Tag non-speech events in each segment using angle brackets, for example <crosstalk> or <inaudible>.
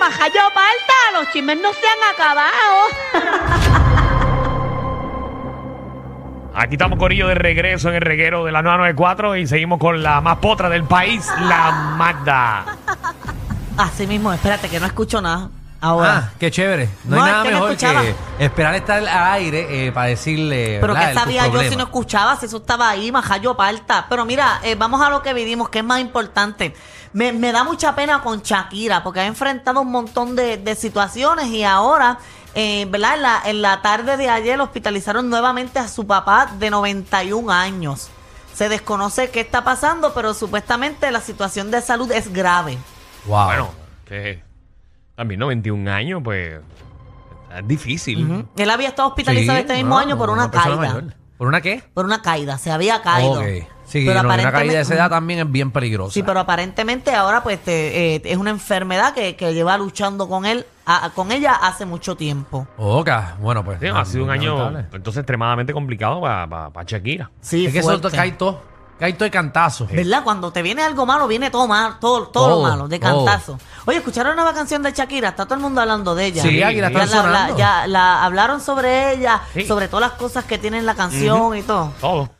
Majayo Malta, los chismes no se han acabado. Aquí estamos Corillo de regreso en el reguero de la 994 y seguimos con la más potra del país, la Magda. Así mismo, espérate que no escucho nada. Ahora. Ah, qué chévere. No, No, hay es nada que no mejor escuchaba. que esperar estar al aire eh, para decirle. Pero ¿verdad? que de tus sabía yo si problemas. no escuchaba, si eso estaba ahí, majayo palta. Pero mira, eh, vamos a lo que vivimos, que es más importante. Me, me da mucha pena con Shakira, porque ha enfrentado un montón de, de situaciones y ahora, eh, ¿verdad? En la, en la tarde de ayer hospitalizaron nuevamente a su papá de 91 años. Se desconoce qué está pasando, pero supuestamente la situación de salud es grave. Wow. Bueno, que también 91 años, pues es difícil. Él había estado hospitalizado Sí, este mismo no, año por una, persona caída. mayor. ¿Por una qué? Por una caída, se había caído. Ok. Sí, pero una caída de esa edad también es bien peligrosa. Sí, pero aparentemente ahora pues te- eh, es una enfermedad que, que lleva luchando con él, a- con ella hace mucho tiempo. Ok, bueno, pues. Sí, no, ha sido un año lamentable. entonces extremadamente complicado para Shakira. Sí, es que eso fuerte. cae todo. Cae todo de cantazo. ¿Verdad? Cuando te viene algo malo, viene todo malo, todo, todo lo Todo, malo, de todo. cantazo. Oye, ¿escucharon una nueva canción de Shakira? Está todo el mundo hablando de ella. Sí, Ya aquí la la- están ya, la, la- sonando. ya la hablaron sobre ella, Sí. sobre todas las cosas que tiene en la canción y todo. Todo.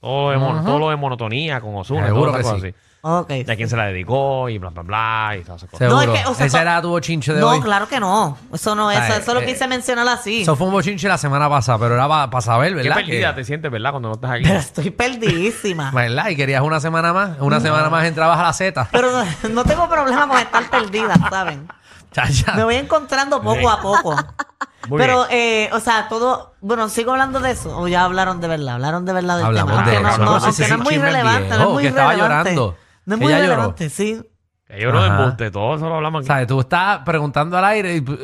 Todo, de mono- todo lo de monotonía con Osuna, Seguro todas esas que sí. cosas Ok. así. Y a quién se la dedicó y bla, bla, bla y todas esas cosas. Seguro. No, es que, o sea, esa to- era tu bochinche de no, hoy. claro que no. Eso no, eso, Ah, eso lo eh, quise mencionar así. Eso fue un bochinche la semana pasada, pero era para saber, Qué ¿verdad? perdida Que- te sientes, ¿verdad? Cuando no estás aquí. Pero estoy perdidísima. ¿Verdad? Y querías una semana más. Una semana más entrabas a la Z. <laughs> Pero no, no tengo problema con estar perdida, ¿saben? Chacha. Me voy encontrando poco a poco. Muy Pero, bien. eh, o ya todo. Bueno, sigo hablando de eso. O ya hablaron de verdad. Hablaron de verdad del Hablamos tema. de Aunque no- eso. no, Hablamos de aunque ese no es muy chisme relevante. No es viejo, muy que estaba relevante. llorando. No es muy Ella lloró. relevante, sí. Yo no Ajá. embuste, todo eso lo hablamos O aquí. sea, tú estás preguntando al aire y p-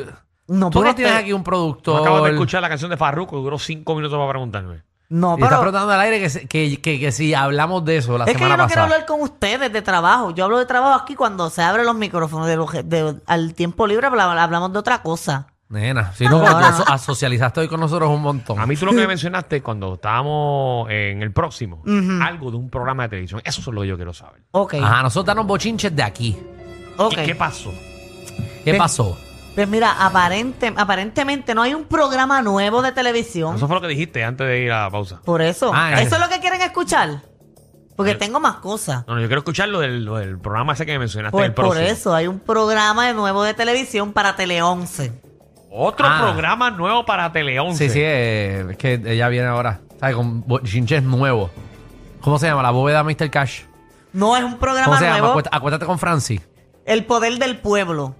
No, tú porque no tienes este- aquí un Tú productor. acabas de escuchar la canción de Farruko, duró cinco minutos para preguntarme. No, Y estás pero. preguntando al aire que, se- que, que- que si hablamos de eso la Es que yo semana no quiero pasada. hablar con ustedes de trabajo. Yo hablo de trabajo aquí cuando se abren los micrófonos. De lo que- de- al tiempo libre habla- hablamos de otra cosa. Nena, si no, Ahora tú aso- socializaste hoy con nosotros un montón. A mí tú lo que me mencionaste cuando estábamos en el próximo, algo de un programa de televisión, eso es lo que yo quiero saber. Ok. Ajá, nosotros danos bochinches de aquí. ok. ¿Qué, qué pasó? ¿Qué Ve- pasó? Pues mira, aparente, aparentemente no hay un programa nuevo de televisión. Eso fue lo que dijiste antes de ir a la pausa. Por eso. Ah, ¿Eso es eh. lo que quieren escuchar? Porque tengo más cosas. No, no, yo quiero escuchar lo del, lo del programa ese que me mencionaste en Pues el próximo. por eso hay un programa de nuevo de televisión para Tele 11. Otro Ah. programa nuevo para Tele 11. Sí, sí, eh, es que ella viene ahora, ¿sabes? Con bochinches nuevos. ¿Cómo se llama? La bóveda Mr. Cash. No es un ¿Cómo programa se llama? Pues, nuevo. Acuérdate, acuérdate con Francis. El poder del pueblo.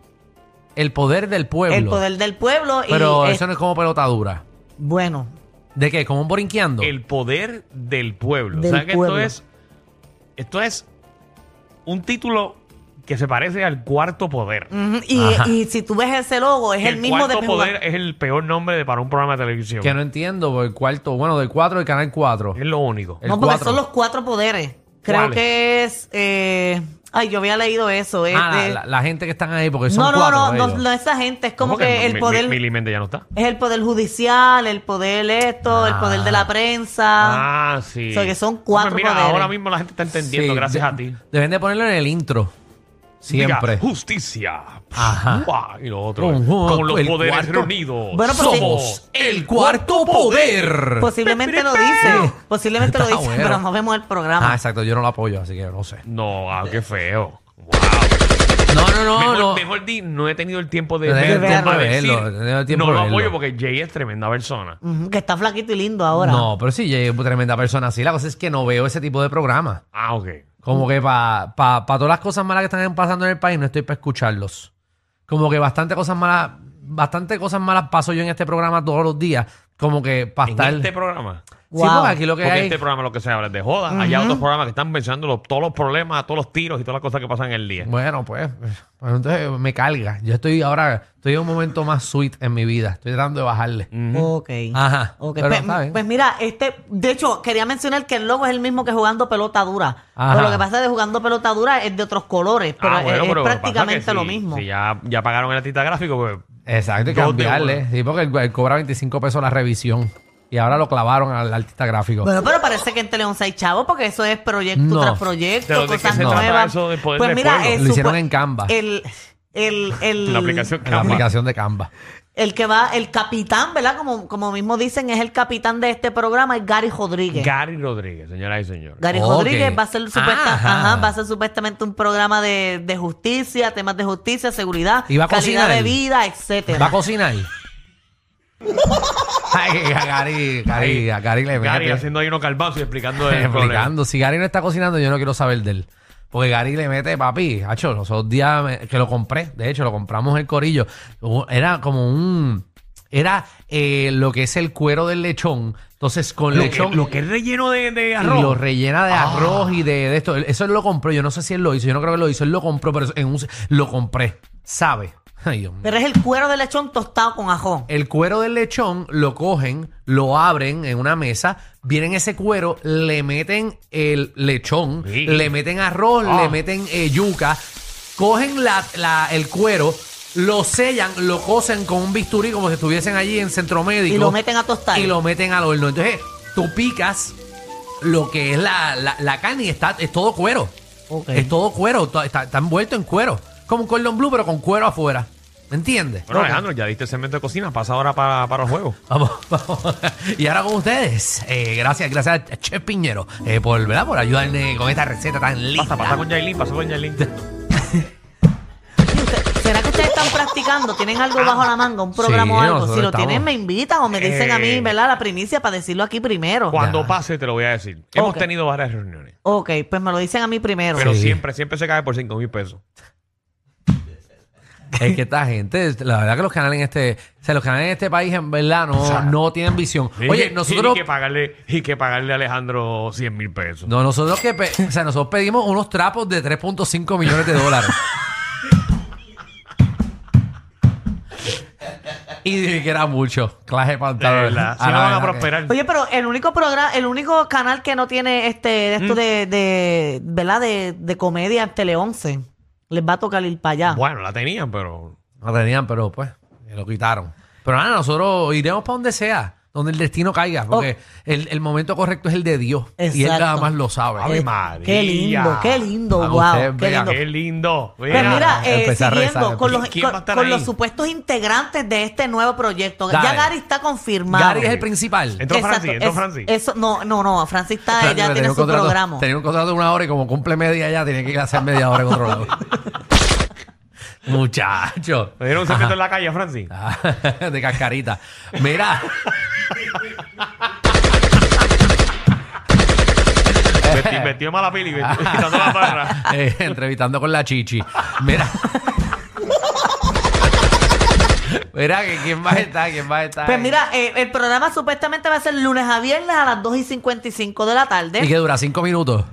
El poder del pueblo. El poder del pueblo y Pero eh, eso no es como pelotadura. bueno, ¿De qué? ¿Como un borinqueando? El poder del pueblo. Del o sea que pueblo. esto es. Esto es un título que se parece al cuarto poder. ujú, y, Ajá. y si tú ves ese logo es el, mismo de cuarto poder es el peor nombre de- para un programa de televisión. Que no entiendo, por el cuarto, bueno, del 4 del canal 4. Es lo único. el No, porque cuatro. son los cuatro poderes. Creo ¿Cuáles? que es eh, ay, yo había leído eso, es Ah, la, de- la- la gente que están ahí, porque son no, no, cuatro no, de no, ellos. no, esa gente es como ¿Cómo que, el Mi- poder Mi, Mili Méndez ya no está. Es el poder judicial, el poder esto, el poder de la prensa. Ah, sí. O sea, que son cuatro Hombre, mira, poderes. ahora mismo la gente está entendiendo, Sí, gracias de- a ti. Deben de ponerlo en el intro. Siempre. Diga, justicia. Ajá. Uah, Y lo otro. Con- es, Con los el poderes cuarto- reunidos. Bueno, pero sí. somos el cuarto poder. Posiblemente lo dice, posiblemente lo Está dice, bueno. pero no vemos el Ah, programa. exacto, yo no lo apoyo, así que no sé. No, ah, qué feo. Wow. No, no, no, mejor, no. mejor di, no he tenido el tiempo de No he tenido ver- el tiempo a de decir, verlo, no he tenido el tiempo No de lo verlo. apoyo porque Jay es tremenda persona. Ujú, que está flaquito y lindo ahora. No, pero sí, Jay es tremenda persona. Sí, la cosa es que no veo ese tipo de programa. Ah, ok. Como que para pa, pa todas las cosas malas que están pasando en el país, no estoy para escucharlos. Como que bastante cosas malas, bastante cosas malas paso yo en este programa todos los días. Como que para En estar. este programa. Sí, Wow. porque aquí lo que Porque hay. este programa lo que se habla es de joda. Hay otros programas que están mencionando los- todos los problemas, todos los tiros y todas las cosas que pasan en el día. Bueno, pues, pues entonces me carga. Yo estoy ahora, estoy en un momento más sweet en mi vida. Estoy tratando de bajarle. Mm. Ok. Ajá. Ok, Pero Pues, está bien. pues mira, este, de hecho, quería mencionar que el logo es el mismo que jugando pelota dura. Ajá. Pero lo que pasa es que jugando pelota dura es de otros colores, pero Ah, bueno, es, es pero pasa que prácticamente si- lo mismo. Si ya, ya pagaron el artista gráfico, pues. Exacto, hay que Dos de cambiarle. uno. Sí, porque él, él cobra 25 pesos la revisión. Y ahora lo clavaron al artista gráfico. Bueno, pero parece que en Teleon 6 chavos, porque eso es proyecto No. tras ¿Pero proyecto, de qué cosas se trata nuevas. eso del poder pues del mira, pueblo? eh, Lo hicieron supo- en Canva. El, el, el, La aplicación en la Canva. aplicación de Canva. El que va, el capitán, ¿verdad? Como, como mismo dicen, es el capitán de este programa, es Gary Rodríguez. Gary Rodríguez, señoras y señores. Gary Ok. Rodríguez va a ser supuesta- Ajá. ajá, va a ser supuestamente un programa de, de justicia, temas de justicia, seguridad, ¿Y va a calidad cocinar? de vida, ¿Va a etcétera. <laughs> cocinar? Ay, a Gary, Gary, a Gary le Gary mete. haciendo ahí unos calvazos y explicando <laughs> el problema. Explicando. Si Gary no está cocinando, yo no quiero saber de él. Porque Gary le mete, papi, hacho, los otros días me- que lo compré, de hecho, lo compramos el corillo. Hubo- Era como un. Era eh, lo que es el cuero del lechón. Entonces, con Lo que, lechón. lo que es relleno de, de Y lo arroz. Ah. rellena de arroz y de, de esto. Eso él lo compró. Yo no sé si él lo hizo. Yo no creo que lo hizo. Él lo compró, pero en un, lo compré. ¿Sabe? <laughs> Ay, Dios mío. Pero es el cuero de lechón tostado con ajón. El cuero del lechón lo cogen, lo abren en una mesa, vienen ese cuero, le meten el lechón, Sí. le meten arroz, Ah. le meten eh, yuca, cogen la- la- el cuero, lo sellan, lo cosen con un bisturí como si estuviesen allí en centro médico. Y lo meten a tostar. Y lo meten al horno. Entonces tú picas lo que es la, la- la carne y está, es todo cuero. Ok. Es todo cuero, to- está, está envuelto en cuero. Como un cordón blue, pero con cuero afuera. ¿Me entiendes? Bueno, Alejandro, ya diste el cemento de cocina, pasa ahora para, para los juegos. Vamos, <laughs> vamos. Y ahora con ustedes, eh, gracias, gracias a Chef Piñero eh, por, ¿verdad? por ayudarme con esta receta tan Pasa, pasa linda. con Yailin, pasa con Yailin. Sí, usted- ¿Será que ustedes están practicando? ¿Tienen algo bajo la manga? ¿Un programa Sí, o algo? nosotros Si lo estamos. tienen, me invitan o me dicen a mí, Eh. ¿verdad? La primicia para decirlo aquí primero. Cuando Ya. pase te lo voy a decir. Hemos Ok. tenido varias reuniones, Ok, pues me lo dicen a mí primero. pero Sí. siempre, siempre se cae por 5 mil pesos. Es que esta gente, la verdad que los canales en este, o sea, los canales en este país en verdad no, no tienen visión. Y Oye, que- nosotros, Y que pagarle, y que pagarle a Alejandro 100 mil pesos. no, nosotros que, pe- o sea, nosotros pedimos unos trapos de 3.5 millones de <laughs> dólares. Y dije que era mucho. Clase de De pantalón. verdad. Si A no la van a verdad que- prosperar. Oye, pero el único programa, el único canal que no tiene este de Mm. esto de, de- ¿verdad? De, de comedia en Tele 11. Les va a tocar ir para allá. Bueno, la tenían, pero. La tenían, pero pues, eh, lo quitaron. Pero nada, nosotros iremos para donde sea, donde el destino caiga, porque el, el momento correcto es el de Dios. Y él Exacto. nada más lo sabe. Ave Eh, María. Ah, Qué lindo, qué lindo, Haga wow. usted, qué vea, lindo. Qué lindo. Pues mira, eh, Empecé a rezar. siguiendo con, los, ¿Quién va a con, estar con ahí? los supuestos integrantes de este nuevo proyecto. Ya Dale. Gary está confirmado. Gary es el principal. Entró Exacto, Francis, entró es- Francis. Eso, no, no, no, Francis está, Tenía ya tiene un su contrato- programa. Tenía un contrato de una hora y como cumple media ya, tiene que ir a hacer media hora en <laughs> otro lado. Muchacho. <laughs> Me dieron un secreto en la calle, <laughs> Francis. Ah, de cascarita. Mira. Vesti- Vestido de mala pili, vesti- quitando la <laughs> barra. <laughs> Eh, entrevistando con la chichi. Mira. Mira, que quién más está, quién más está. Pues mira, eh, el programa supuestamente va a ser lunes a viernes a las 2 y 55 de la tarde. Y que dura cinco minutos.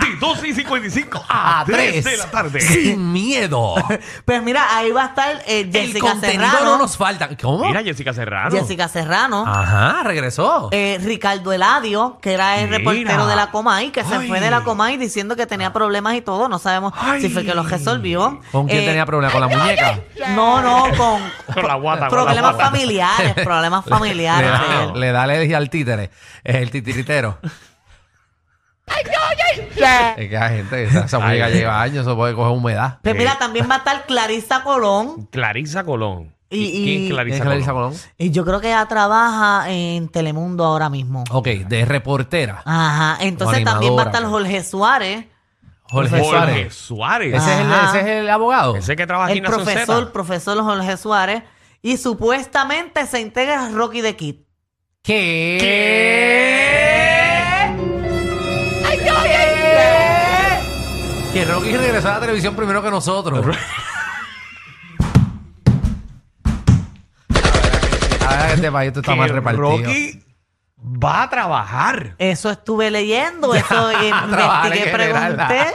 De 12 y 55 A tres. de la tarde. Sin miedo. Pues mira, ahí va a estar eh, El Jessica contenido Serrano. no nos Ah. falta. ¿Cómo? Mira, Jessica Serrano. Jessica Serrano. Ajá, regresó. eh, Ricardo Eladio, que era el Mira. reportero de la Comay, que se Ay. fue de la Comay diciendo que tenía problemas y todo. No sabemos Ay. si fue que los resolvió. ¿Con quién Eh, tenía problema? ¿Con la muñeca? No, no, <laughs> con Con la guata, con la problemas guata. familiares, problemas Le familiares. de da, él. le da alergia al títere. Es el titiritero. Es que la gente, esa, esa muñeca Ay. lleva años, eso puede coger humedad. Pues mira, también va a estar Clarisa Colón. Clarisa Colón. Y- ¿Y, ¿Quién y- es ¿Quién Clarisa es Clarisa Colón? Colón? Y yo creo que ella trabaja en Telemundo ahora mismo. Ok, de reportera. Ah, Ajá, entonces Como también va a Oh. animadora, estar pues. Jorge Suárez, Jorge Jorge Suárez. Suárez. ¿Ese es, el, Ajá. ese es el abogado. Ese que trabaja aquí el en Nación profesor, el Z. profesor Jorge Suárez, y supuestamente se integra Rocky de Kid. ¿Qué? Que Rocky regresó a la televisión primero que nosotros. este país esto está más que repartido. Rocky va a trabajar. Eso estuve leyendo, eso eh, <laughs> Trabajar en investigué, general, pregunté.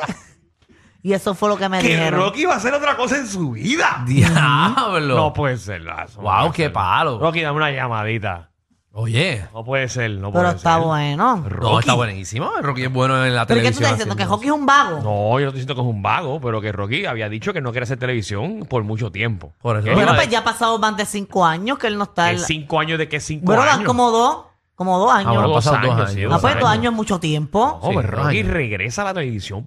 Y eso fue lo que me Que dijeron. Rocky va a hacer otra cosa en su vida. Diablo. No puede ser. ah, eso no Guau, puede qué ser. palo. Rocky, dame una llamadita. Oye. No puede ser, no puede pero ser. está bueno. No, está buenísimo. Rocky es bueno en la ¿Pero qué tú televisión. estás diciendo? ¿Que haciendo Rocky es un vago? No, yo no estoy diciendo que es un vago, pero que Rocky había dicho que no quería hacer televisión por mucho tiempo. Por eso. Que Bueno, iba pues de- ya ha pasado más de cinco años que él no está. que en la- eh. cinco años de que cinco Bueno, van años. como dos, como dos años. Ah, bueno, Dos pasaron dos años, años. sí, Ah, dos pues dos años. años es mucho tiempo. No, Sí, pues dos Rocky años. regresa a la televisión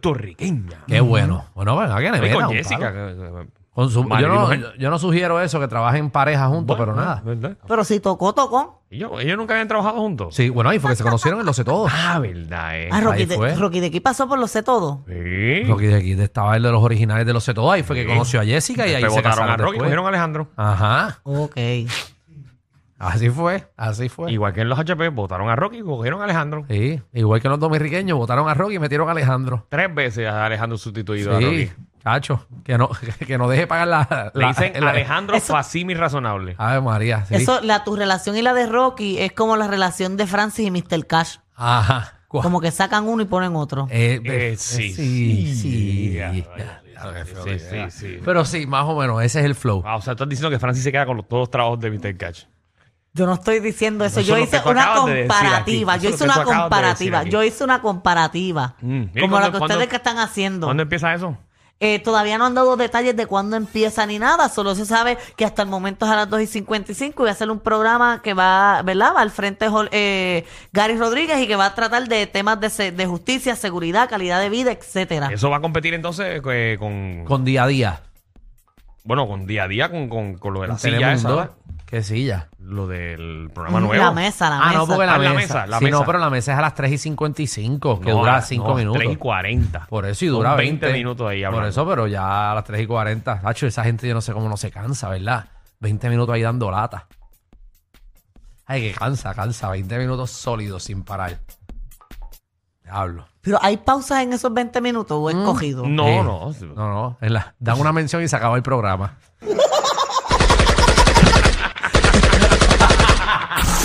puertorriqueña. Qué bueno. Bueno, bueno, que le Estoy metan con un Jessica. palo. que- que- Con su- Madre yo, y no, mujer. yo- yo no sugiero eso, que trabajen pareja juntos, Bueno, pero nada. ¿verdad? Pero si tocó, tocó. Ellos, ellos nunca habían trabajado juntos. Sí, bueno, ahí fue que se conocieron en los sé <laughs> todos. Ah, verdad, eh. Ah, Rocky ahí de, fue. Rocky de aquí pasó por lo sé todo. Sí. Rocky de aquí estaba el de los originales de los sé todos. Ahí fue que conoció a Jessica y ahí Después se votaron casaron a Rocky, después. cogieron a Alejandro. Ajá. Ok. Así fue. Así fue. Igual que en los HP, votaron a Rocky, cogieron a Alejandro. Sí, igual que los dominicanos votaron a Rocky y metieron a Alejandro. Tres veces a Alejandro sustituido a Sí, Rocky. cacho, que no, <laughs> que no deje pagar la. Le la- dicen <laughs> la- Alejandro Eso- Facimi Razonable. Ave María, sí. Eso, la, tu relación y la de Rocky es como la relación de Francis y Mr. Cash. Ajá. Cua- Como que sacan uno y ponen otro. Eh, Eh, eh, sí, sí, sí, sí. ya, Ya, ya, ya, sí, feo sí, que sí, sea. sí. Pero sí, más o menos, ese es el flow. Ah, o sea, estás diciendo que Francis se queda con los, todos los trabajos de Mr. Catch. Yo no estoy diciendo eso. Eso yo es lo hice que tú una acabas de decir comparativa. aquí. Yo Eso es hice lo que una tú acabas de decir comparativa. aquí. Yo hice una comparativa. Mm, mira, Como la ¿cuándo- que cuándo- ustedes que están haciendo. ¿Cuándo empieza eso? Eh, todavía no han dado detalles de cuándo empieza ni nada, solo se sabe que hasta el momento es a las 2 y 55 y va a ser un programa que va, ¿verdad? Va al frente Jol- eh, Gary Rodríguez y que va a tratar de temas de, se- de justicia, seguridad, calidad de vida, etcétera. Eso va a competir entonces eh, con, Con día a día. Bueno, con día a día, con, con, con lo de la silla Telemundo. esa. Qué silla. Lo del programa nuevo. La mesa, la Ah, mesa. no, porque la, Ah, la mesa. mesa, la sí, mesa. no, pero la mesa es a las 3 y 55, que No, dura no, 5 no, minutos. 3 y 40. Por eso y Son dura 20 minutos ahí hablando. Por eso, pero ya a las 3 y 40. Hacho, esa gente yo no sé cómo no se cansa, ¿verdad? 20 minutos ahí dando lata. Ay, que cansa, cansa. 20 minutos sólidos sin parar. Diablo. Pero hay pausas en esos 20 minutos o escogido. No, Sí. no. No, no. en la- dan una mención y se acaba el programa.